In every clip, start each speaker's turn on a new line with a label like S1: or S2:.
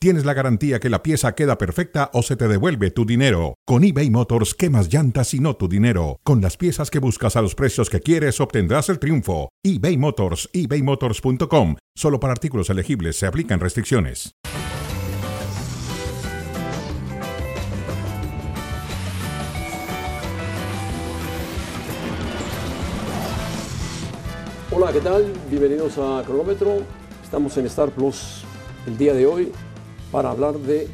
S1: tienes la garantía que la pieza queda perfecta o se te devuelve tu dinero. Con eBay Motors, quemas llantas y no tu dinero. Con las piezas que buscas a los precios que quieres, obtendrás el triunfo. eBay Motors, ebaymotors.com. Solo para artículos elegibles se aplican restricciones.
S2: Hola, ¿qué tal? Bienvenidos a Cronómetro. Estamos en Star Plus el día de hoy para hablar de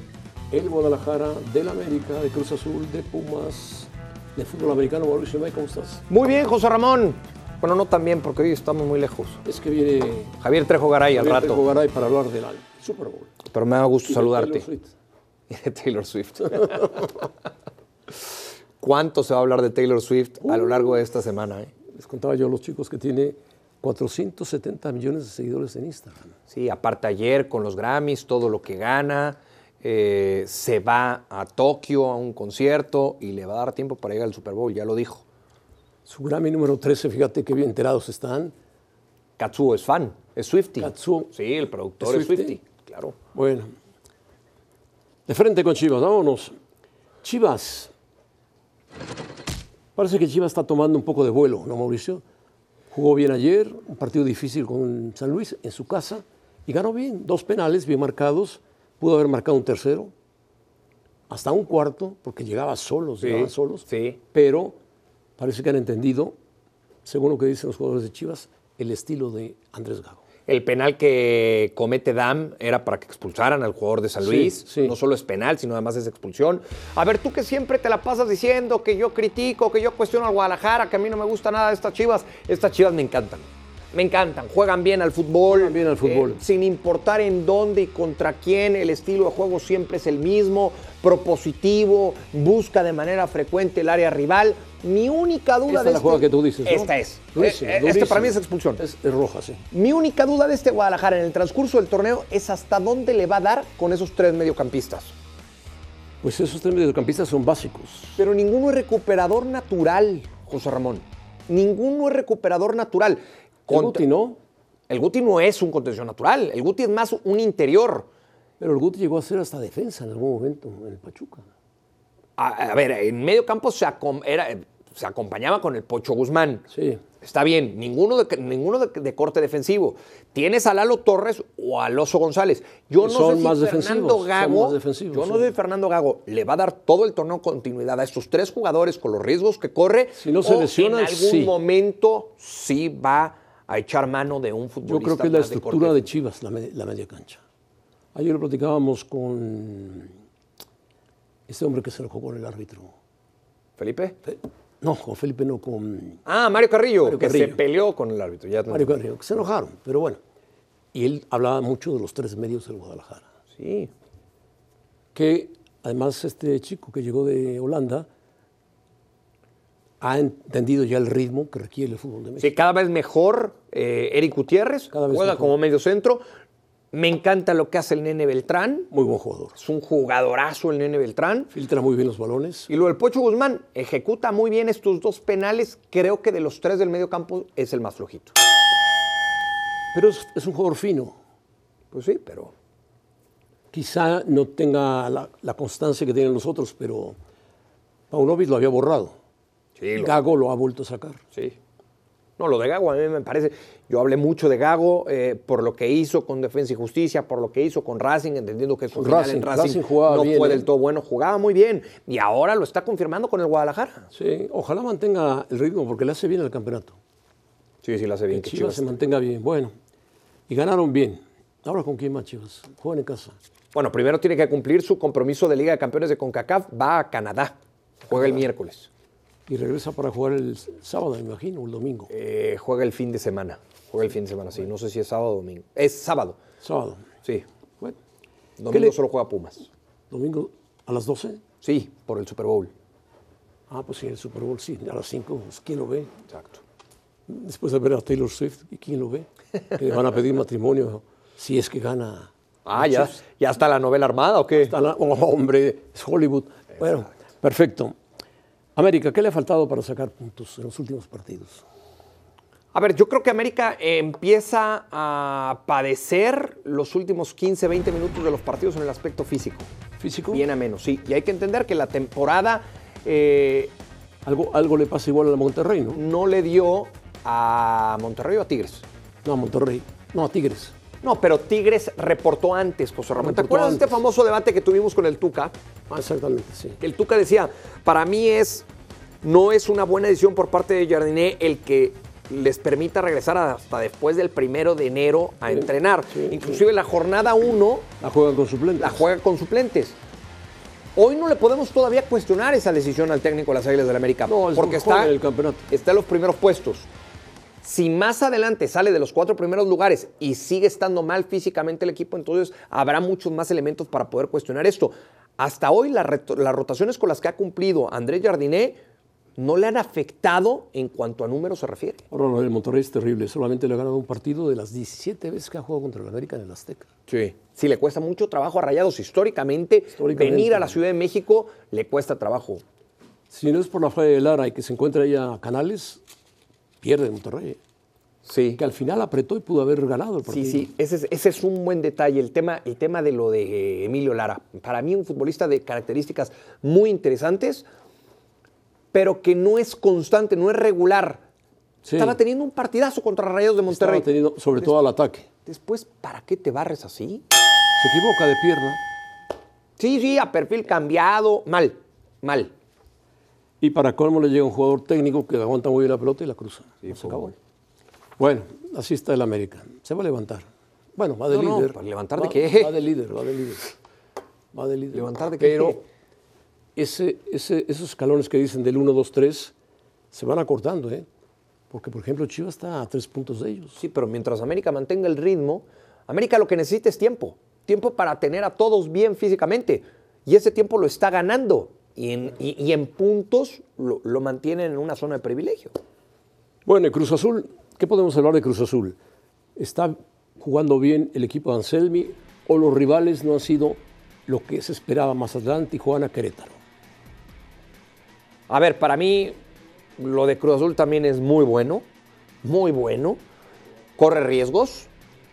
S2: el Guadalajara, del América, de Cruz Azul, de Pumas, de fútbol americano. Mauricio May, ¿cómo estás?
S3: Muy bien, José Ramón. Bueno, no tan bien, porque hoy estamos muy lejos.
S2: Es que viene
S3: Javier Trejo Garay al
S2: Javier
S3: rato.
S2: Trejo Garay para hablar del Super Bowl.
S3: Pero me da gusto
S2: Y de
S3: saludarte.
S2: Taylor Swift.
S3: Y de Taylor Swift. ¿Cuánto se va a hablar de Taylor Swift a
S2: Uh.
S3: lo largo de esta semana? eh?
S2: Les contaba yo a los chicos que tiene 470 millones de seguidores en Instagram.
S3: Sí, aparte ayer con los Grammys, todo lo que gana. eh, se va a Tokio a un concierto y le va a dar tiempo para llegar al Super Bowl, ya lo dijo.
S2: Su Grammy número 13, fíjate qué bien enterados están.
S3: Katsuo es fan, es Swifty.
S2: Katsuo.
S3: Sí, el productor es
S2: ¿Es Swifty?
S3: Swifty, claro.
S2: Bueno, de frente con Chivas, vámonos. Chivas. Parece que Chivas está tomando un poco de vuelo, ¿no, Mauricio? Jugó bien ayer, un partido difícil con San Luis en su casa y ganó bien. Dos penales bien marcados, pudo haber marcado un tercero, hasta un cuarto, porque llegaba solos, llegaban solos.
S3: sí.
S2: Pero parece que han entendido, según lo que dicen los jugadores de Chivas, el estilo de Andrés Gago.
S3: El penal que comete Dam era para que expulsaran al jugador de San Luis.
S2: sí.
S3: No solo es penal, sino además es expulsión. A ver, tú que siempre te la pasas diciendo que yo critico, que yo cuestiono al Guadalajara, que a mí no me gusta nada de estas chivas. Estas chivas me encantan. Me encantan. Juegan bien al fútbol. eh,
S2: Juegan bien al fútbol.
S3: sin importar en dónde y contra quién, el estilo de juego siempre es el mismo. Propositivo, busca de manera frecuente el área rival. Mi única duda
S2: Esta
S3: de
S2: es la
S3: este-
S2: jugada que tú dices. ¿no?
S3: Esta es.
S2: Durísima,
S3: Eh, eh, este
S2: durísima.
S3: para mí es expulsión.
S2: Es, es roja, sí.
S3: Mi única duda de este Guadalajara en el transcurso del torneo es hasta dónde le va a dar con esos tres mediocampistas.
S2: Pues esos tres mediocampistas son básicos.
S3: Pero ninguno es recuperador natural, José Ramón. Ninguno es recuperador natural.
S2: El
S3: Contra-
S2: Guti no,
S3: El Guti no es un contención natural. El Guti es más un interior.
S2: pero el Guti llegó a ser hasta defensa en algún momento en el Pachuca.
S3: A, a ver, en medio campo se, acom- era- se acompañaba con el Pocho Guzmán.
S2: Sí.
S3: Está bien, ninguno, de, ninguno de, de corte defensivo. Tienes a Lalo Torres o al Oso González. Yo no
S2: Son
S3: sé si
S2: más defensivos,
S3: Fernando
S2: son
S3: Gago.
S2: más defensivos,
S3: yo no
S2: sí.
S3: sé si Fernando Gago le va a dar todo el torneo continuidad a estos tres jugadores con los riesgos que corre.
S2: Si no se
S3: o
S2: lesionan,
S3: en algún
S2: sí.
S3: momento sí va a echar mano de un
S2: Yo
S3: futbolista.
S2: creo que es la
S3: más de
S2: estructura
S3: corte.
S2: de Chivas, la, me- la media cancha. Ayer lo platicábamos con este hombre que se enojó con el árbitro.
S3: Felipe.
S2: No, con Felipe, no, con
S3: Ah, Mario Carrillo, que se
S2: Carrillo.
S3: peleó con el árbitro. Ya te
S2: Mario Carrillo, que se enojaron, pero bueno. Y él hablaba mucho de los tres medios del Guadalajara.
S3: Sí.
S2: que además este chico que llegó de Holanda ha entendido ya el ritmo que requiere el fútbol de México.
S3: Sí, cada vez mejor eh, Eric Gutiérrez,
S2: Cada vez
S3: juega
S2: mejor.
S3: como medio centro. Me encanta lo que hace el nene Beltrán.
S2: Muy buen jugador.
S3: Es un jugadorazo el nene Beltrán.
S2: Filtra muy bien los balones.
S3: Y lo del Pocho Guzmán ejecuta muy bien estos dos penales. Creo que de los tres del medio campo es el más flojito.
S2: Pero es, es un jugador fino.
S3: Pues sí, pero.
S2: Quizá no tenga la, la constancia que tienen los otros, pero Paunovic lo había borrado.
S3: Sí, lo-
S2: Gago lo ha vuelto a sacar.
S3: sí. No, lo de Gago a mí me parece. Yo hablé mucho de Gago eh, por lo que hizo con Defensa y Justicia, por lo que hizo con Racing, entendiendo que su
S2: Con
S3: final
S2: Racing,
S3: en Racing,
S2: Racing jugaba
S3: no
S2: bien,
S3: fue
S2: ¿eh?
S3: del todo bueno, jugaba muy bien. Y ahora lo está confirmando con el Guadalajara.
S2: Sí, ojalá mantenga el ritmo porque le hace bien al campeonato.
S3: Sí, sí, la hace bien.
S2: Que Chivas se mantenga bien. Bueno, y ganaron bien. Ahora con quién más, Chivas. Juegan en casa.
S3: Bueno, primero tiene que cumplir su compromiso de Liga de Campeones de CONCACAF. Va a Canadá. Juega el miércoles.
S2: Y regresa para jugar el sábado, me imagino, o el domingo.
S3: Eh, juega el fin de semana. Juega el fin de semana, sí. No sé si es sábado o domingo. Es sábado,
S2: Sábado.
S3: sí.
S2: Bueno,
S3: Domingo
S2: le-
S3: solo juega Pumas.
S2: domingo a las 12.
S3: Sí, por el Super Bowl.
S2: Ah, pues sí, el Super Bowl sí, a las 5. pues, ¿Quién lo ve?
S3: Exacto.
S2: Después de ver a Taylor Swift, ¿y ¿quién lo ve? Que le van a pedir matrimonio si es que gana.
S3: Ah, ya, ya está la novela armada o qué?
S2: Está la- oh, hombre, es Hollywood. Bueno, perfecto. América, ¿qué le ha faltado para sacar puntos en los últimos partidos?
S3: A ver, yo creo que América eh, empieza a padecer los últimos 15, 20 minutos de los partidos en el aspecto físico.
S2: ¿Físico?
S3: Bien a menos, sí. Y hay que entender que la temporada eh,
S2: Algo, algo le pasa igual a Monterrey, ¿no?
S3: no le dio a Monterrey o a Tigres.
S2: No, a Monterrey. No, a Tigres.
S3: No, pero Tigres reportó antes, José Ramón. ¿Te
S2: Reportó
S3: acuerdas de este
S2: antes.
S3: famoso debate que tuvimos con el Tuca?
S2: Ah, exactamente, sí.
S3: El Tuca decía, para mí es, no es una buena decisión por parte de Jardiné el que les permita regresar hasta después del primero de enero a entrenar.
S2: sí, sí.
S3: Inclusive la jornada 1
S2: La juegan con suplentes.
S3: la juega con suplentes. Hoy no le podemos todavía cuestionar esa decisión al técnico de las Águilas del América,
S2: No, es porque
S3: porque
S2: está
S3: está,
S2: en el campeonato.
S3: está en los primeros puestos. Si más adelante sale de los cuatro primeros lugares y sigue estando mal físicamente el equipo, entonces habrá muchos más elementos para poder cuestionar esto. Hasta hoy las reto- las rotaciones con las que ha cumplido Andrés Jardiné no le han afectado en cuanto a números se refiere.
S2: Ahora lo del Monterrey es terrible. Solamente le ha ganado un partido de las 17 veces que ha jugado contra el América en el Azteca.
S3: Sí. Sí, le cuesta mucho trabajo a Rayados. Históricamente,
S2: Históricamente.
S3: venir a la Ciudad de México le cuesta trabajo.
S2: Si no es por la falla de Lara y que se encuentra ahí a Canales, pierde Monterrey. ¿eh?
S3: Sí.
S2: Que al final apretó y pudo haber ganado el
S3: Sí,
S2: partido.
S3: sí, ese es, ese es un buen detalle, el tema, el tema de lo de eh, Emilio Lara. Para mí un futbolista de características muy interesantes, pero que no es constante, no es regular.
S2: Sí.
S3: Estaba teniendo un partidazo contra Rayados de
S2: Estaba
S3: Monterrey.
S2: teniendo, sobre todo al ataque.
S3: Después, ¿para qué te barres así?
S2: Se equivoca de pierna.
S3: Sí, sí, a perfil cambiado, mal, mal.
S2: Y para colmo le llega un jugador técnico que aguanta muy bien la pelota y la cruza. No se acabó. Bueno, así está el América. Se va a levantar. Bueno, va de
S3: No, no,
S2: líder.
S3: ¿para levantar de
S2: Va-
S3: qué?
S2: Va de líder, va de líder. Va de líder.
S3: Levantar de qué.
S2: Pero ese, ese- esos escalones que dicen del 1, 2, 3 se van acortando, ¿eh? Porque, por ejemplo, Chivas está a tres puntos de ellos.
S3: Sí, pero mientras América mantenga el ritmo, América lo que necesita es tiempo. Tiempo para tener a todos bien físicamente. Y ese tiempo lo está ganando. Y en, y- y en puntos lo, lo mantienen en una zona de privilegio.
S2: Bueno, y Cruz Azul, ¿qué podemos hablar de Cruz Azul? ¿Está jugando bien el equipo de Anselmi o los rivales no han sido lo que se esperaba más adelante y juegan a Querétaro?
S3: A ver, para mí lo de Cruz Azul también es muy bueno. Muy bueno. Corre riesgos.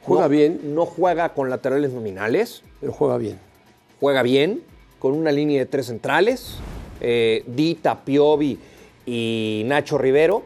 S2: Juega
S3: No-
S2: bien.
S3: No juega con laterales nominales.
S2: Pero juega bien.
S3: juega bien, con una línea de tres centrales, eh, Dita, Piovi y Nacho Rivero.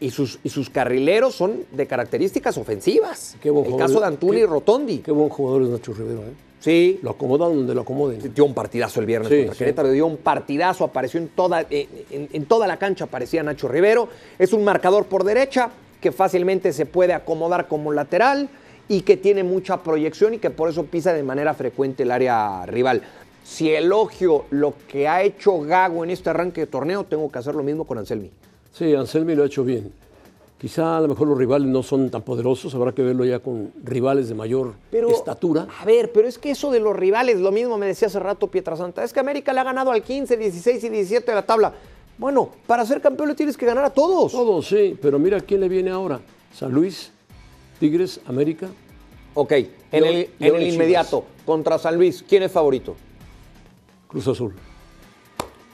S3: Y sus, y sus carrileros son de características ofensivas.
S2: Qué buen
S3: El
S2: jugador.
S3: caso de Antuna
S2: Qué-
S3: y Rotondi.
S2: Qué buen jugador es Nacho Rivero, ¿eh?
S3: sí,
S2: Lo acomodan donde lo acomoden.
S3: dio un partidazo el viernes
S2: Sí,
S3: contra
S2: sí.
S3: Querétaro, dio un partidazo, apareció en toda, eh, en, en toda la cancha, aparecía Nacho Rivero. Es un marcador por derecha que fácilmente se puede acomodar como lateral y que tiene mucha proyección y que por eso pisa de manera frecuente el área rival. Si elogio lo que ha hecho Gago en este arranque de torneo, tengo que hacer lo mismo con Anselmi.
S2: Sí, Anselmi lo ha hecho bien. Quizá a lo mejor los rivales no son tan poderosos, habrá que verlo ya con rivales de mayor estatura.
S3: A ver, pero es que eso de los rivales, lo mismo me decía hace rato Pietrasanta, es que América le ha ganado al 15, 16 y 17 de la tabla. Bueno, para ser campeón le tienes que ganar a todos.
S2: Todo, sí, pero mira quién le viene ahora. San Luis, Tigres, América.
S3: Ok, en el,
S2: León-
S3: en
S2: León
S3: el
S2: y Chivas.
S3: inmediato, contra San Luis, ¿quién es favorito?
S2: Cruz Azul.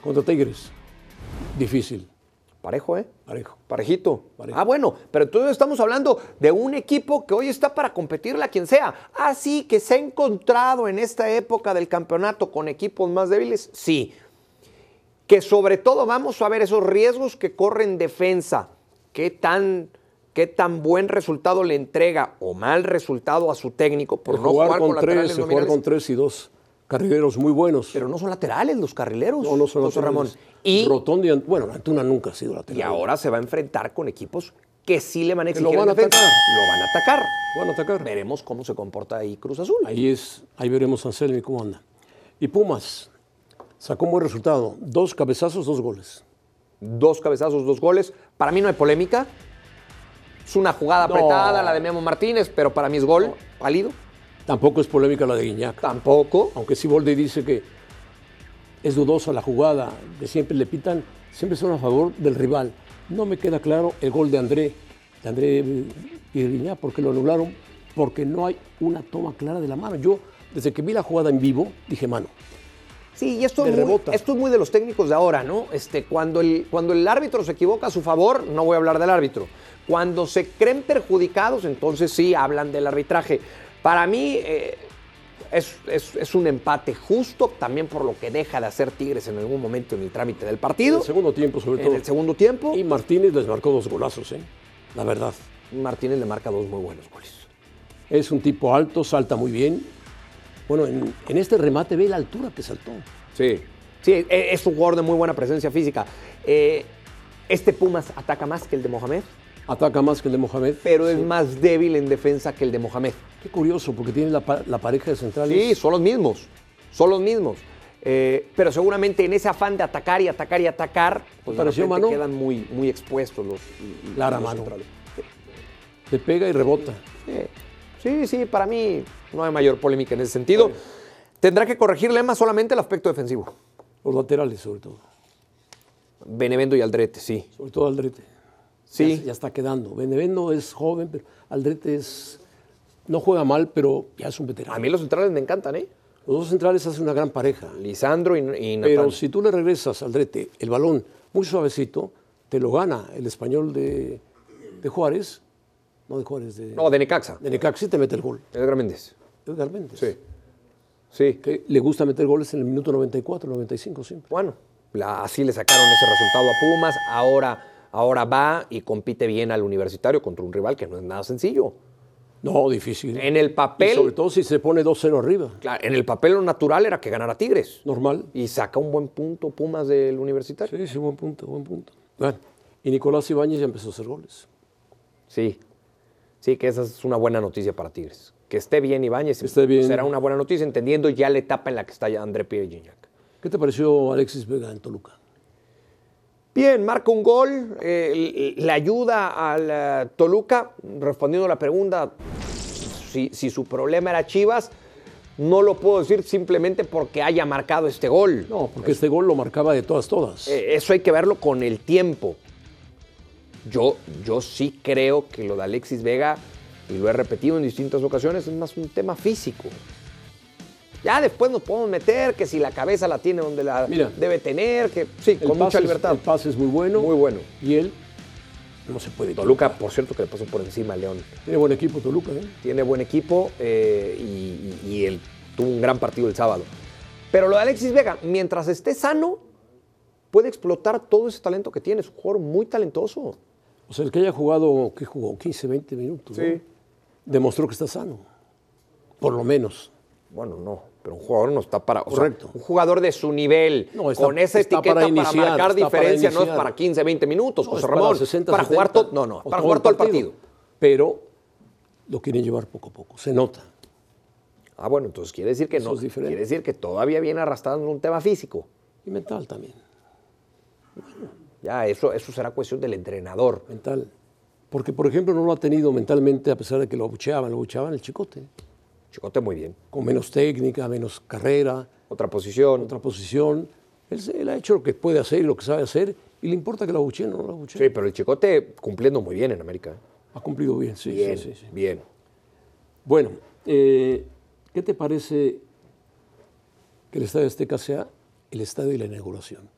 S2: Contra Tigres. Difícil,
S3: Parejo, ¿eh?
S2: parejo.
S3: Parejito.
S2: Parejo.
S3: Ah, bueno, pero entonces estamos hablando de un equipo que hoy está para competirle a quien sea. Ah, sí, que se ha encontrado en esta época del campeonato con equipos más débiles, sí. Que sobre todo vamos a ver esos riesgos que corren defensa. ¿Qué tan, qué tan buen resultado le entrega o mal resultado a su técnico por
S2: El
S3: no
S2: jugar, con
S3: laterales
S2: tres, el jugar
S3: nominales?
S2: con tres y dos carrileros muy buenos.
S3: Pero no son laterales los carrileros.
S2: no, no son
S3: José Ramón.
S2: laterales.
S3: Y,
S2: Rotondi, Ant- bueno, Antuna nunca ha sido lateral.
S3: y ahora se va a enfrentar con equipos que sí le van a
S2: Que
S3: exigir.
S2: lo van
S3: en
S2: a
S3: defensa.
S2: atacar.
S3: Lo van a atacar.
S2: Van a atacar.
S3: Veremos cómo se comporta ahí Cruz Azul.
S2: Ahí es, ahí veremos a Anselmi cómo anda. Y Pumas sacó un buen resultado. Dos cabezazos, dos goles.
S3: Dos cabezazos, dos goles. Para mí no hay polémica. Es una jugada
S2: No.
S3: apretada, la de Memo Martínez, pero para mí es gol. Válido.
S2: Tampoco es polémica la de Guiñac.
S3: Tampoco.
S2: Aunque Siboldi dice que es dudosa la jugada, que siempre le pitan, siempre son a favor del rival. No me queda claro el gol de André, de André Guiñac, porque lo anularon porque no hay una toma clara de la mano. Yo, desde que vi la jugada en vivo, dije mano.
S3: Sí, y esto,
S2: De
S3: es muy,
S2: rebota.
S3: esto es muy de los técnicos de ahora, ¿no? Este, cuando, el, cuando el árbitro se equivoca a su favor, no voy a hablar del árbitro. Cuando se creen perjudicados, entonces sí hablan del arbitraje. Para mí eh, es, es- es un empate justo, también por lo que deja de hacer Tigres en algún momento en el trámite del
S2: En
S3: partido.
S2: el segundo tiempo, sobre todo.
S3: En el segundo tiempo,
S2: Y Martínez les marcó dos golazos, ¿eh? La verdad.
S3: Martínez le marca dos muy buenos goles.
S2: Es un tipo alto, salta muy bien. Bueno, en, en este remate ve la altura que saltó.
S3: Sí. Sí, e- es un jugador de muy buena presencia física. Eh, este Pumas ataca más que el de Mohamed,
S2: Ataca más que el de Mohamed.
S3: pero es más débil en defensa que el de Mohamed.
S2: Qué curioso, porque tiene la, pa- la pareja de centrales.
S3: Sí, son los mismos. Son los mismos. Eh, pero seguramente en ese afán de atacar y atacar y atacar, pues de
S2: Pareció
S3: repente
S2: mano.
S3: quedan muy, muy expuestos los.
S2: Clara
S3: los
S2: mano.
S3: centrales.
S2: Le pega y rebota.
S3: Sí, sí, sí, para mí no hay mayor polémica en ese sentido. Tendrá que corregir Lema solamente el aspecto defensivo.
S2: Los laterales, sobre todo.
S3: Benevendo y Aldrete, sí.
S2: Sobre todo Aldrete.
S3: Sí.
S2: Ya, ya está quedando. Benevendo es joven, pero Aldrete es. No juega mal, pero ya es un veterano.
S3: A mí los centrales me encantan, ¿eh?
S2: Los dos centrales hacen una gran pareja.
S3: Lisandro y, y Natán.
S2: Pero si tú le regresas al Drete el balón muy suavecito, te lo gana el español de, de Juárez. No de Juárez, de,
S3: No, de Necaxa.
S2: de Necaxa y te mete el gol.
S3: Edgar Méndez.
S2: Edgar Méndez.
S3: Sí. Sí.
S2: Que le gusta meter goles en el minuto 94, 95 siempre.
S3: Bueno, la- así le sacaron ese resultado a Pumas. Ahora, ahora va y compite bien al universitario contra un rival que no es nada sencillo.
S2: No, difícil.
S3: En el
S2: Y sobre
S3: papel,
S2: todo si se pone 2-0 arriba.
S3: claro, en el papel lo natural era que ganara Tigres.
S2: Normal.
S3: Y saca un buen punto Pumas del universitario.
S2: Sí, sí, buen punto, buen punto. Bueno, y Nicolás Ibáñez ya empezó a hacer goles.
S3: Sí. Sí, que esa es una buena noticia para Tigres. Que esté bien Ibáñez
S2: esté bien.
S3: será una buena noticia, entendiendo ya la etapa en la que está ya André Pierre Gignac.
S2: ¿Qué te pareció Alexis Vega en Toluca?
S3: Bien, marca un gol, eh, le le ayuda al eh, Toluca, respondiendo a la pregunta si, si su problema era Chivas, no lo puedo decir simplemente porque haya marcado este gol.
S2: No, porque este gol lo marcaba de todas, todas.
S3: Eh, eso hay que verlo con el tiempo. Yo, yo sí creo que lo de Alexis Vega, y lo he repetido en distintas ocasiones, es más un tema físico. Ya después nos podemos meter que si la cabeza la tiene donde la
S2: Mira.
S3: debe tener, que sí,
S2: El
S3: con mucha
S2: pase es-
S3: libertad.
S2: el pase es muy bueno.
S3: Muy bueno.
S2: Y él no se puede.
S3: Toluca, por cierto, que le pasó por encima a León.
S2: Tiene buen equipo Toluca, ¿eh?
S3: Tiene buen equipo eh, y, y- y él tuvo un gran partido el sábado. Pero lo de Alexis Vega, mientras esté sano, puede explotar todo ese talento que tiene. Es un jugador muy talentoso.
S2: O sea, el que haya jugado, ¿qué jugó? 15, 20 minutos. ¿no?
S3: Sí.
S2: Demostró que está sano. Por lo menos.
S3: Bueno, no, pero un jugador no está para. o sea,
S2: Correcto.
S3: un jugador de su nivel,
S2: No, está-
S3: con esa
S2: está
S3: etiqueta
S2: para
S3: para,
S2: iniciar,
S3: marcar
S2: está para
S3: diferencia, no es
S2: iniciar.
S3: para 15, 20 minutos,
S2: No,
S3: José
S2: es para
S3: Ramón.
S2: 60,
S3: para jugar
S2: 70,
S3: todo. No, no,
S2: o
S3: para jugar todo el partido.
S2: Pero lo quieren llevar poco a poco. Se nota.
S3: Ah, bueno, entonces quiere decir que
S2: Eso
S3: no.
S2: es diferente.
S3: Quiere decir que todavía viene arrastrando un tema físico.
S2: Y mental también.
S3: Ya, eso, eso será cuestión del entrenador.
S2: Mental. Porque, por ejemplo, no lo ha tenido mentalmente a pesar de que lo abucheaban. Lo abucheaban el chicote.
S3: Chicote muy bien.
S2: Con menos técnica, menos carrera.
S3: Otra posición.
S2: otra posición. Él, se- él ha hecho lo que puede hacer y lo que sabe hacer, y le importa que lo abucheen o no lo abucheen.
S3: Sí, pero el Chicote cumpliendo muy bien en América. ¿eh?
S2: Ha cumplido bien, sí. sí,
S3: Bien,
S2: sí, sí.
S3: bien.
S2: Bueno, eh, ¿qué te parece que el Estadio Azteca sea el estadio de la inauguración?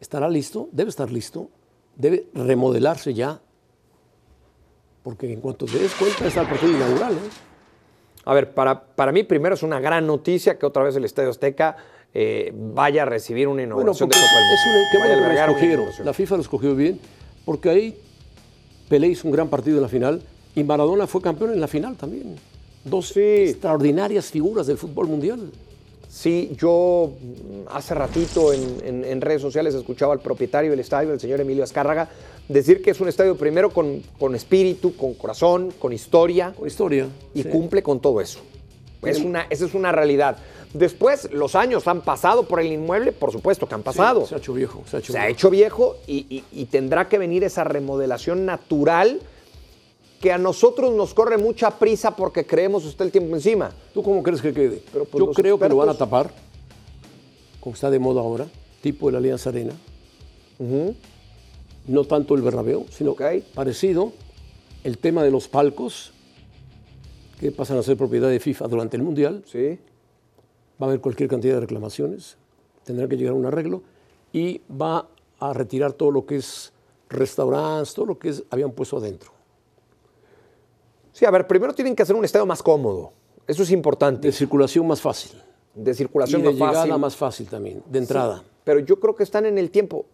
S2: ¿Estará listo? Debe estar listo. Debe remodelarse ya. Porque en cuanto te des cuenta, está el partido inaugural. ¿eh?
S3: A ver, para, para mí primero es una gran noticia que otra vez el Estadio Azteca eh, vaya a recibir una
S2: Bueno,
S3: inauguración
S2: porque
S3: de
S2: es,
S3: Copa del Mundo.
S2: es un, qué
S3: que
S2: bueno
S3: vaya a
S2: que lo
S3: albergar una
S2: escogieron.
S3: inauguración.
S2: La FIFA lo escogió bien, porque ahí Pelé hizo un gran partido en la final y Maradona fue campeón en la final también. Dos
S3: Sí.
S2: extraordinarias figuras del fútbol mundial.
S3: Sí, yo mm, hace ratito en, en- en redes sociales escuchaba al propietario del estadio, el señor Emilio Azcárraga, decir que es un estadio primero con, con espíritu, con corazón, con historia.
S2: Con historia.
S3: y
S2: Sí.
S3: cumple con todo eso. Es una, esa es una realidad. Después, los años han pasado por el inmueble, por supuesto que han
S2: Sí,
S3: pasado.
S2: se ha hecho viejo. Se ha hecho
S3: se ha
S2: viejo.
S3: hecho viejo y, y- y tendrá que venir esa remodelación natural que a nosotros nos corre mucha prisa porque creemos usted el tiempo encima.
S2: ¿Tú cómo crees que quede?
S3: Pero, pues,
S2: Yo
S3: los
S2: creo que lo van a
S3: expertos-
S2: tapar, como está de moda ahora, tipo de la Alianza Arena. No tanto el Bernabéu, sino
S3: Ok.
S2: parecido. El tema de los palcos, que que pasan a ser propiedad de FIFA durante el Mundial.
S3: Sí.
S2: Va a haber cualquier cantidad de reclamaciones, tendrá que llegar a un arreglo y va a retirar todo lo que es restaurantes, todo lo que es- habían puesto adentro.
S3: Sí, a ver, primero tienen que hacer un estadio más cómodo. Eso es importante.
S2: De
S3: De,
S2: circulación más fácil. Y
S3: circulación
S2: de
S3: más fácil.
S2: llegada más fácil también, de entrada.
S3: Pero yo creo que están en el tiempo.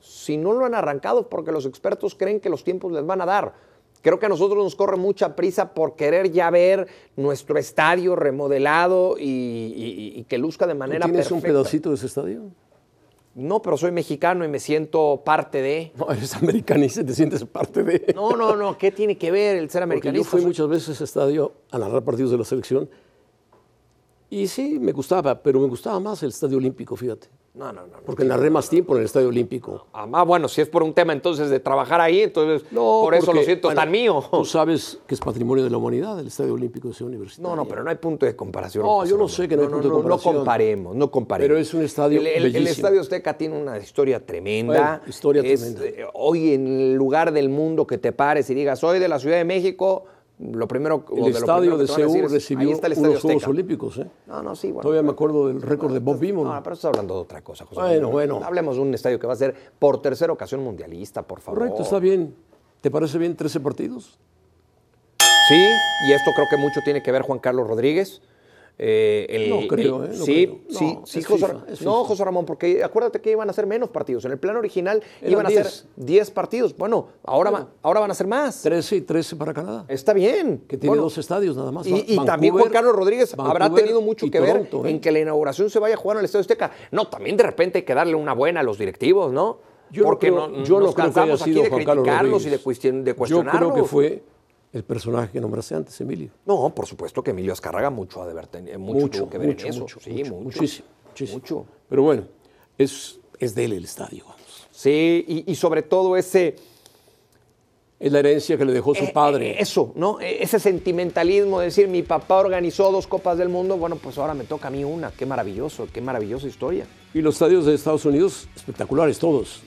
S3: Si no lo han arrancado, porque los expertos creen que los tiempos les van a dar. Creo que a nosotros nos corre mucha prisa por querer ya ver nuestro estadio remodelado y, y- y que luzca de
S2: ¿Tú
S3: manera
S2: ¿Tienes un
S3: perfecta.
S2: pedacito de ese estadio?
S3: No, pero soy mexicano y me siento parte de.
S2: No, eres americanista y te sientes parte de...
S3: No, no, no, ¿qué tiene que ver el ser
S2: Porque yo
S3: americanista?
S2: fui muchas veces a ese estadio a narrar partidos de la selección y sí, me gustaba, pero me gustaba más el estadio olímpico, fíjate.
S3: No, no, no. no.
S2: Porque narré más tiempo en el estadio olímpico.
S3: Ah, ah, bueno, si es por un tema entonces de trabajar ahí, entonces por eso
S2: porque,
S3: lo siento
S2: bueno,
S3: tan mío.
S2: Tú sabes que es patrimonio de la humanidad el estadio olímpico de Ciudad Universitaria.
S3: No, no, pero no hay punto de comparación.
S2: No,
S3: José
S2: yo no
S3: Ramón.
S2: sé que no hay punto de comparación.
S3: No comparemos, no comparemos.
S2: Pero es un estadio
S3: El, el- el
S2: bellísimo.
S3: Estadio Azteca tiene una historia tremenda.
S2: Bueno, historia
S3: Es,
S2: tremenda.
S3: eh, Hoy en el lugar del mundo que te pares y digas, soy de la Ciudad de México, lo primero o
S2: El
S3: de lo
S2: estadio
S3: primero que
S2: de
S3: te van a decir
S2: Seúl
S3: es,
S2: recibió
S3: ahí está el Estadio
S2: unos Juegos
S3: Azteca.
S2: Olímpicos. ¿eh?
S3: No, no, sí, bueno.
S2: Todavía me acuerdo del récord de Bob Beamon.
S3: No, pero estás hablando de otra cosa, José.
S2: Bueno,
S3: Ramón.
S2: bueno.
S3: Hablemos de un estadio que va a ser por tercera ocasión mundialista, por favor.
S2: Correcto, está bien. ¿Te parece bien 13 partidos?
S3: Sí, y esto creo que mucho tiene que ver Juan Carlos Rodríguez. Eh, el-
S2: No creo, ¿eh? No
S3: sí,
S2: creo. No,
S3: sí, sí,
S2: es
S3: José,
S2: FIFA, es
S3: no,
S2: FIFA.
S3: José Ramón, porque acuérdate que iban a ser menos partidos. En el plan original
S2: Eran
S3: iban a ser
S2: 10.
S3: 10 partidos. Bueno, ahora, va- ahora van a ser más.
S2: 13 y 13 para Canadá.
S3: Está bien.
S2: Que tiene
S3: Bueno,
S2: dos estadios nada más.
S3: Y,
S2: Va-
S3: y también Juan
S2: Vancouver-
S3: Carlos Rodríguez habrá
S2: Vancouver
S3: tenido mucho
S2: y
S3: que ver
S2: Toronto, ¿eh?
S3: en que la inauguración se vaya a jugar en el Estadio Azteca. No, también de repente hay que darle una buena a los directivos, ¿no?
S2: Yo no
S3: Porque
S2: creo-
S3: no,
S2: yo no creo
S3: nos
S2: que haya
S3: cansamos aquí
S2: sido
S3: de
S2: Juan Carlos
S3: criticarlos y de,
S2: Rodríguez.
S3: cuestion- de
S2: Yo
S3: cuestionarlos.
S2: creo que fue el personaje que nombraste antes, Emilio.
S3: No, por supuesto que Emilio Azcárraga mucho ha de haber tenido, mucho, tuvo que ver en eso. sí, mucho.
S2: muchísimo, muchísimo.
S3: Mucho.
S2: Pero bueno, es, es de él el estadio, vamos.
S3: Sí, y, y sobre todo ese.
S2: Es la herencia que le dejó su
S3: eh, eh,
S2: padre.
S3: Eso, ¿no? E- Ese sentimentalismo de decir, mi papá organizó dos Copas del Mundo, bueno, pues ahora me toca a mí una. Qué maravilloso, qué maravillosa historia.
S2: y los estadios de Estados Unidos, espectaculares todos.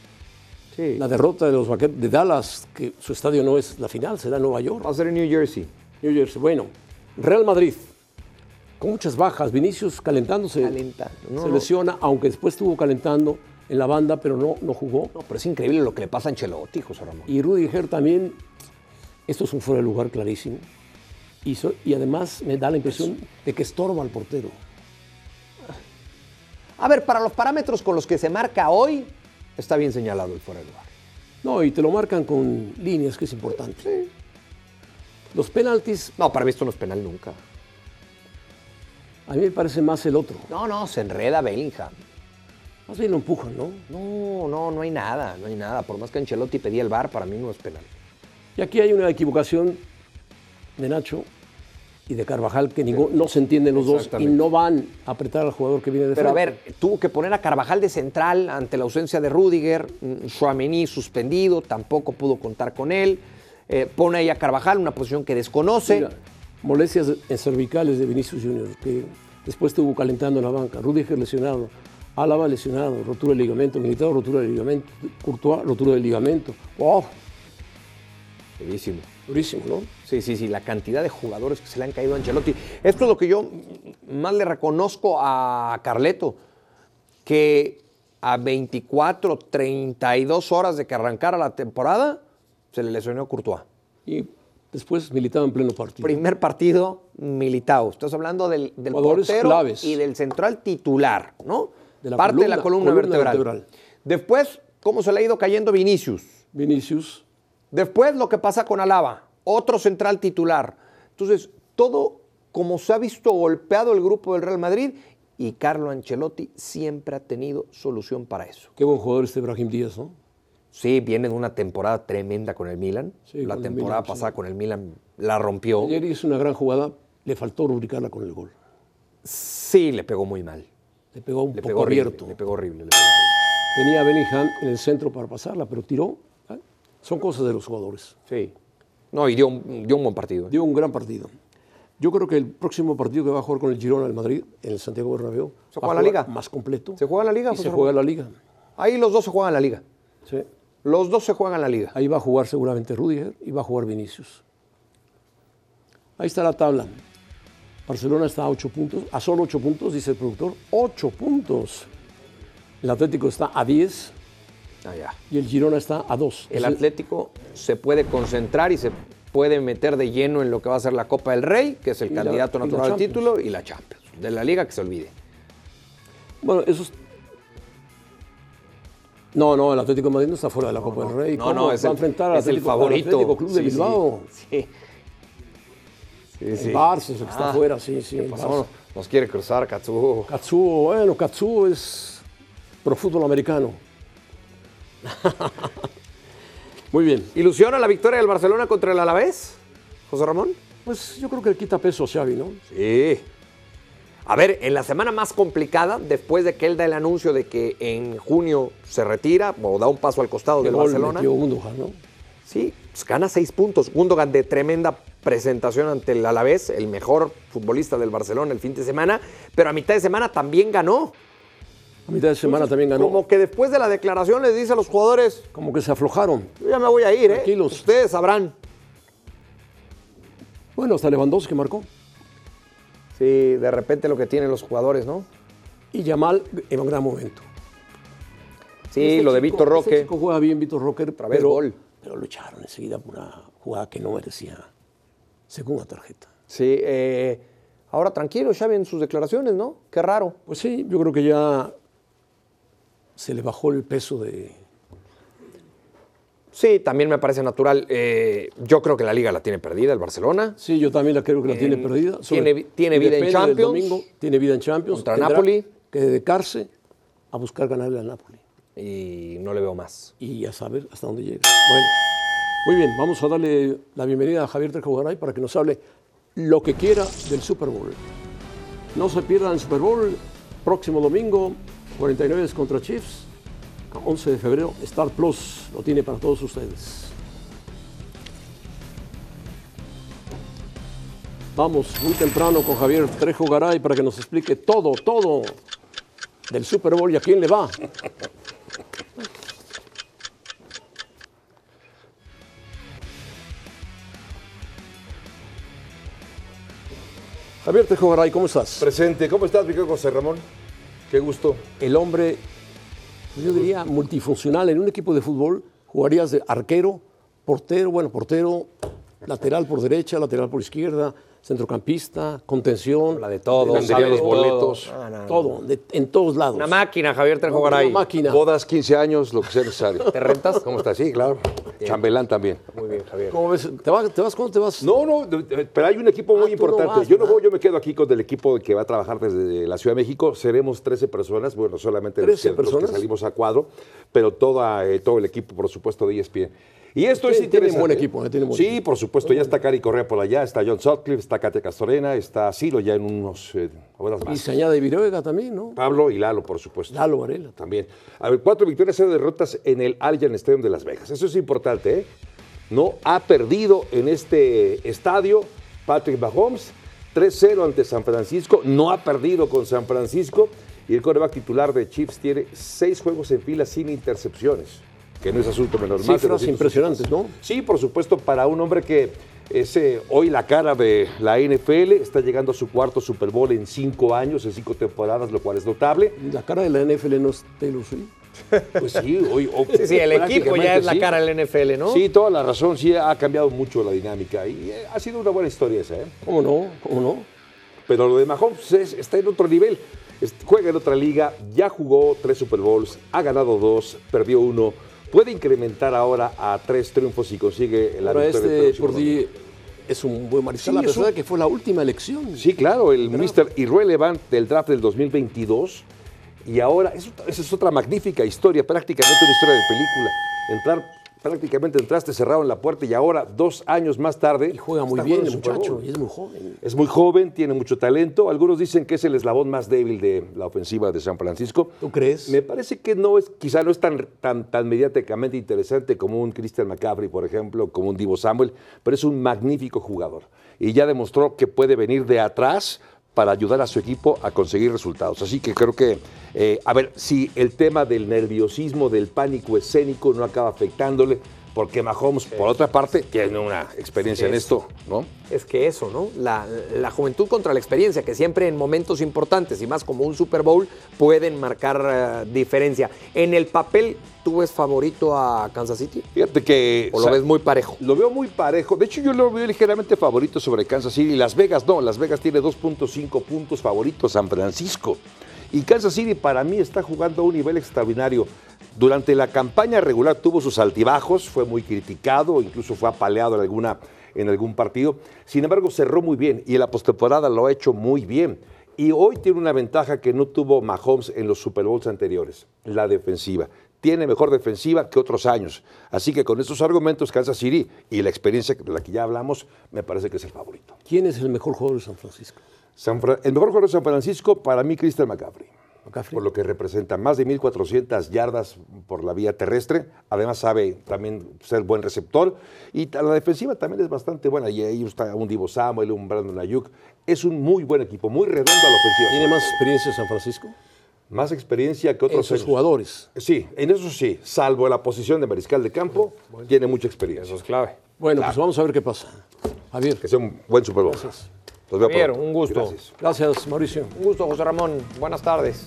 S3: Sí.
S2: La derrota de los vaqueros de Dallas, que su estadio no es la final, será en Nueva York.
S3: Va a ser en New Jersey.
S2: New Jersey. Bueno, Real Madrid, con muchas bajas. Vinicius calentándose.
S3: Calenta. No,
S2: se
S3: no.
S2: lesiona, aunque después estuvo calentando en la banda, pero no, no jugó.
S3: No, pero es increíble lo que le pasa a Ancelotti, José Ramón.
S2: Y Rudiger también, esto es un fuera de lugar clarísimo. Y, so- y además me da la impresión de que estorba al portero.
S3: Ah. A ver, para los parámetros con los que se marca hoy, está bien señalado el fuera de lugar.
S2: No, y te lo marcan con líneas, que es importante. Los penaltis,
S3: No, para mí esto no es penal nunca.
S2: a mí me parece más el otro.
S3: No, no, se enreda Bellingham.
S2: Más bien lo empujan, ¿no?
S3: No, no, no hay nada, no hay nada. Por más que Ancelotti pedía el bar, para mí no es penal.
S2: Y aquí hay una equivocación de Nacho y de Carvajal que ningún- no se entienden los dos y
S3: Exactamente.
S2: no van a apretar al jugador que viene de
S3: Pero a
S2: frente.
S3: ver, tuvo que poner a Carvajal de central ante la ausencia de Rudiger, mm, Tchouaméni suspendido, tampoco pudo contar con él. Eh, pone ahí a Carvajal, una posición que desconoce.
S2: Mira, molestias en cervicales de Vinicius Junior, que después estuvo calentando en la banca. Rudiger lesionado, Álava lesionado, rotura del ligamento, Militado rotura del ligamento, Courtois rotura del ligamento. ¡Wow!
S3: Bellísimo.
S2: Durísimo, ¿no?
S3: Sí, sí, sí, la cantidad de jugadores que se le han caído a Ancelotti. Esto es lo que yo más le reconozco a Carleto, que a 24, 32 horas de que arrancara la temporada, se le lesionó Courtois.
S2: Y después militaba en pleno partido.
S3: Primer partido, Militao. Estás hablando del, del
S2: Jugadores
S3: portero
S2: claves.
S3: y del central titular, ¿no?
S2: De la
S3: Parte de la
S2: columna-
S3: columna,
S2: columna
S3: vertebral.
S2: vertebral.
S3: Después, cómo se le ha ido cayendo Vinicius.
S2: Vinicius,
S3: Después lo que pasa con Alaba, otro central titular. Entonces, todo como se ha visto golpeado el grupo del Real Madrid y Carlo Ancelotti siempre ha tenido solución para eso.
S2: qué buen jugador este Brahim Díaz, ¿no?
S3: Sí, viene de una temporada tremenda con el Milan.
S2: Sí,
S3: la
S2: con el
S3: temporada
S2: Milan, sí.
S3: pasada con el Milan la rompió.
S2: Ayer hizo una gran jugada, le faltó rubricarla con el gol.
S3: Sí, le pegó muy mal.
S2: Le pegó un
S3: Le
S2: poco
S3: pegó horrible,
S2: abierto.
S3: le pegó horrible. le pegó horrible.
S2: Tenía a Bellingham en el centro para pasarla, pero tiró. ¿eh? Son cosas de los jugadores.
S3: Sí. No, y dio, un- dio un buen partido. ¿eh?
S2: Dio un gran partido. Yo creo que el próximo partido que va a jugar con el Girona del Madrid, en el Santiago Bernabéu,
S3: ¿Se
S2: va a
S3: juega la
S2: jugar
S3: Liga?
S2: más completo.
S3: ¿Se juega la Liga,
S2: Y
S3: José
S2: se
S3: Ramón?
S2: juega la Liga.
S3: Ahí los dos se juegan la liga.
S2: Sí.
S3: Los dos se juegan la liga.
S2: Ahí va a jugar seguramente Rudiger y va a jugar Vinicius. Ahí está la tabla. Barcelona está a 8 puntos, a solo 8 puntos, dice el productor. 8 puntos. El Atlético está a 10
S3: Allá.
S2: y el Girona está a 2.
S3: El Atlético se puede concentrar y se puede meter de lleno en lo que va a ser la Copa del Rey, que es el
S2: Y la-
S3: candidato
S2: y la
S3: natural al
S2: Champions.
S3: título, y la Champions. De la liga que se olvide.
S2: Bueno, esos. No, no, el Atlético de Madrid no está fuera de la Copa del Rey.
S3: No,
S2: ¿Cómo
S3: no, es
S2: va a
S3: el-
S2: enfrentar al
S3: es el
S2: Atlético, al
S3: favorito.
S2: Atlético Club de
S3: Sí, sí.
S2: Bilbao.
S3: Sí. Sí, sí.
S2: El Barça es el que está
S3: Ah,
S2: fuera, sí, sí. el
S3: pasó?
S2: Barça.
S3: Nos quiere cruzar, Katsu.
S2: Katsuo, bueno, Katsuo es pro fútbol americano. Muy bien.
S3: ¿Ilusiona la victoria del Barcelona contra el Alavés, José Ramón?
S2: Pues yo creo que le quita peso a Xavi, ¿no?
S3: Sí. A ver, en la semana más complicada, después de que él da el anuncio de que en junio se retira o da un paso al costado
S2: El
S3: del
S2: gol
S3: Barcelona,
S2: metió Gundogan, ¿no?
S3: sí, pues gana seis puntos. Gundogan de tremenda presentación ante el Alavés, el mejor futbolista del Barcelona el fin de semana, pero a mitad de semana también ganó.
S2: A mitad de semana
S3: Pues,
S2: también ganó.
S3: Como que después de la declaración les dice a los jugadores,
S2: Como que se aflojaron.
S3: yo ya me voy a ir, ¿eh?
S2: Tranquilos.
S3: Ustedes sabrán.
S2: Bueno, hasta Lewandowski marcó.
S3: Sí, de repente lo que tienen los jugadores, ¿no?
S2: Y Yamal en un gran momento.
S3: Sí,
S2: Este
S3: lo de
S2: chico-
S3: Vitor Roque.
S2: Este chico juega bien Vitor Roque,
S3: vez
S2: pero,
S3: gol.
S2: pero lo echaron enseguida por una jugada que no merecía, según la tarjeta.
S3: Sí, eh, ahora tranquilo, Xavi, en sus declaraciones, ¿no? Qué raro.
S2: Pues sí, yo creo que ya se le bajó el peso de...
S3: Sí, también me parece natural. Eh, yo creo que la liga la tiene perdida el Barcelona.
S2: Sí, yo también la creo que la tiene perdida.
S3: tiene- tiene vida en
S2: depende del
S3: Champions.
S2: domingo, tiene vida en Champions.
S3: Contra
S2: Tendrá
S3: Napoli.
S2: Que dedicarse a buscar ganarle al Napoli.
S3: Y no le veo más.
S2: Y a saber hasta dónde llega. Bueno, muy bien, vamos a darle la bienvenida a Javier Trejogaray para que nos hable lo que quiera del Super Bowl. No se pierdan el Super Bowl, próximo domingo, 49 contra Chiefs, a 11 de febrero, Star Plus lo tiene para todos ustedes. Vamos muy temprano con Javier Trejo Garay para que nos explique todo, todo del Super Bowl y a quién le va. Javier Trejo Garay, ¿cómo estás?
S4: Presente, ¿cómo estás, mi querido José Ramón? Qué gusto.
S2: el hombre, pues yo diría, multifuncional. En un equipo de fútbol jugarías de arquero, portero, bueno, portero, lateral por derecha, lateral por izquierda, centrocampista, contención.
S3: La de todo.
S4: Vendería
S3: sabe
S4: los
S3: todo.
S4: boletos.
S3: Ah, no, no.
S2: Todo, de- en todos lados.
S3: Una máquina, Javier Trejo
S2: Una
S3: Garay.
S2: máquina.
S4: Bodas, 15 años, lo que sea necesario.
S3: ¿Te rentas?
S4: ¿Cómo estás? Sí, claro. Chambelán también.
S3: Muy bien, Javier.
S2: ¿Cómo ves? ¿Te vas, te vas cuándo te vas?
S4: No, no, de- de- pero hay un equipo muy
S2: Ah, tú no
S4: importante.
S2: vas,
S4: yo no
S2: ¿verdad?
S4: voy, yo me quedo aquí con el equipo que va a trabajar desde la Ciudad de México. Seremos 13 personas, bueno, solamente los
S2: 13
S4: que, los que
S2: personas.
S4: salimos a cuadro, pero toda, eh, todo el equipo, por supuesto, de E ESPN. Y esto
S2: Tiene-
S4: es
S2: tiene
S4: interesante.
S2: buen equipo, eh, tiene buen
S4: sí,
S2: equipo.
S4: por supuesto, ya está Cari Correa por allá, está John Sutcliffe, está Katia Castorena, está Ciro ya en unos eh, horas
S2: Y
S4: más.
S2: se añade Viruega también, ¿no?
S4: Pablo y Lalo, por supuesto.
S2: Lalo Varela.
S4: También. A ver, cuatro victorias, cero derrotas en el Allianz Stadium de Las Vegas. Eso es importante, ¿eh? No ha perdido en este estadio Patrick Mahomes. 3-0 ante San Francisco. No ha perdido con San Francisco. Y el coreback titular de Chiefs tiene seis juegos en fila sin intercepciones. Que no es asunto menor. Más de
S2: Cifras
S3: pues,
S4: 200
S2: impresionantes, ¿no?
S4: Sí, por supuesto, para un hombre que es eh, hoy la cara de la NFL, está llegando a su cuarto Super Bowl en cinco años, en cinco temporadas, lo cual es notable.
S2: La cara de la NFL no es Taylor Swift.
S4: Pues sí, hoy. o-
S3: Sí, sí, el equipo ya es la
S4: sí.
S3: cara del NFL, ¿no?
S4: Sí, toda la razón, sí, ha cambiado mucho la dinámica y eh, ha sido una buena historia esa, ¿eh?
S2: ¿Cómo no? ¿Cómo no?
S4: Pero lo de Mahomes es- está en otro nivel. Es- Juega en otra liga, ya jugó tres Super Bowls, ha ganado dos, perdió uno. Puede incrementar ahora a tres triunfos si consigue la
S2: Ahora
S4: victoria. el
S2: este
S4: próximo
S2: por
S4: domingo.
S2: di es un buen mariscal,
S4: Sí,
S2: a
S4: es
S2: pesar
S4: un-
S2: de que fue la última elección.
S4: Sí, claro, el Mr. Irrelevant del draft del 2022. Y ahora, eso- esa es otra magnífica historia, prácticamente una historia de película. Entrar, prácticamente entraste cerrado en la puerta y ahora, dos años más tarde.
S2: Y juega muy
S4: está
S2: bien
S4: jugando
S2: el
S4: Super Bowl.
S2: muchacho, y es muy joven.
S4: Es muy joven, tiene mucho talento. Algunos dicen que es el eslabón más débil de la ofensiva de San Francisco.
S2: ¿Tú crees?
S4: Me parece que no es, quizá no es tan, tan, tan mediáticamente interesante como un Christian McCaffrey, por ejemplo, como un Divo Samuel, pero es un magnífico jugador. Y ya demostró que puede venir de atrás para ayudar a su equipo a conseguir resultados. Así que creo que, eh, a ver, si el tema del nerviosismo, del pánico escénico no acaba afectándole, Porque Mahomes, por otra parte, tiene una experiencia en
S3: Es-
S4: esto, ¿no?
S3: Es que eso, ¿no? La, la juventud contra la experiencia, que siempre en momentos importantes y más como un Super Bowl pueden marcar eh, diferencia. En el papel, ¿tú ves favorito a Kansas City?
S4: Fíjate que.
S3: ¿O lo
S4: sa-
S3: ves muy parejo?
S4: Lo veo muy parejo. De hecho, yo lo veo ligeramente favorito sobre Kansas City. Las Vegas no. Las Vegas tiene 2.5 puntos favoritos San Francisco. Y Kansas City para mí está jugando a un nivel extraordinario. Durante la campaña regular tuvo sus altibajos, fue muy criticado, incluso fue apaleado en, alguna, en algún partido. Sin embargo, cerró muy bien y en la postemporada lo ha hecho muy bien. Y hoy tiene una ventaja que no tuvo Mahomes en los Super Bowls anteriores, la defensiva tiene mejor defensiva que otros años. Así que con estos argumentos, Kansas City y la experiencia de la que ya hablamos, me parece que es el favorito.
S2: ¿Quién es el mejor jugador de San Francisco?
S4: San Fra- el mejor jugador de San Francisco, para mí, Christian McCaffrey.
S2: McCaffrey.
S4: Por lo que representa más de 1.400 yardas por la vía terrestre. Además, sabe también ser buen receptor. Y ta- la defensiva también es bastante buena. Y ahí está un Divo Samuel, un Brandon Ayuk. Es un muy buen equipo, muy redondo a la ofensiva.
S2: ¿Tiene más experiencia San Francisco?
S4: más experiencia que
S2: En
S4: otros
S2: sus
S4: años.
S2: jugadores.
S4: Sí, en eso sí, salvo la posición de mariscal de campo, tiene mucha experiencia.
S5: Eso es clave.
S2: Bueno, pues vamos a ver qué pasa. Javier,
S4: Que sea un buen Super Bowl. Los veo
S5: Javier,
S4: pronto.
S5: un gusto.
S4: Gracias.
S2: gracias Mauricio.
S3: Un gusto, José Ramón. Buenas tardes.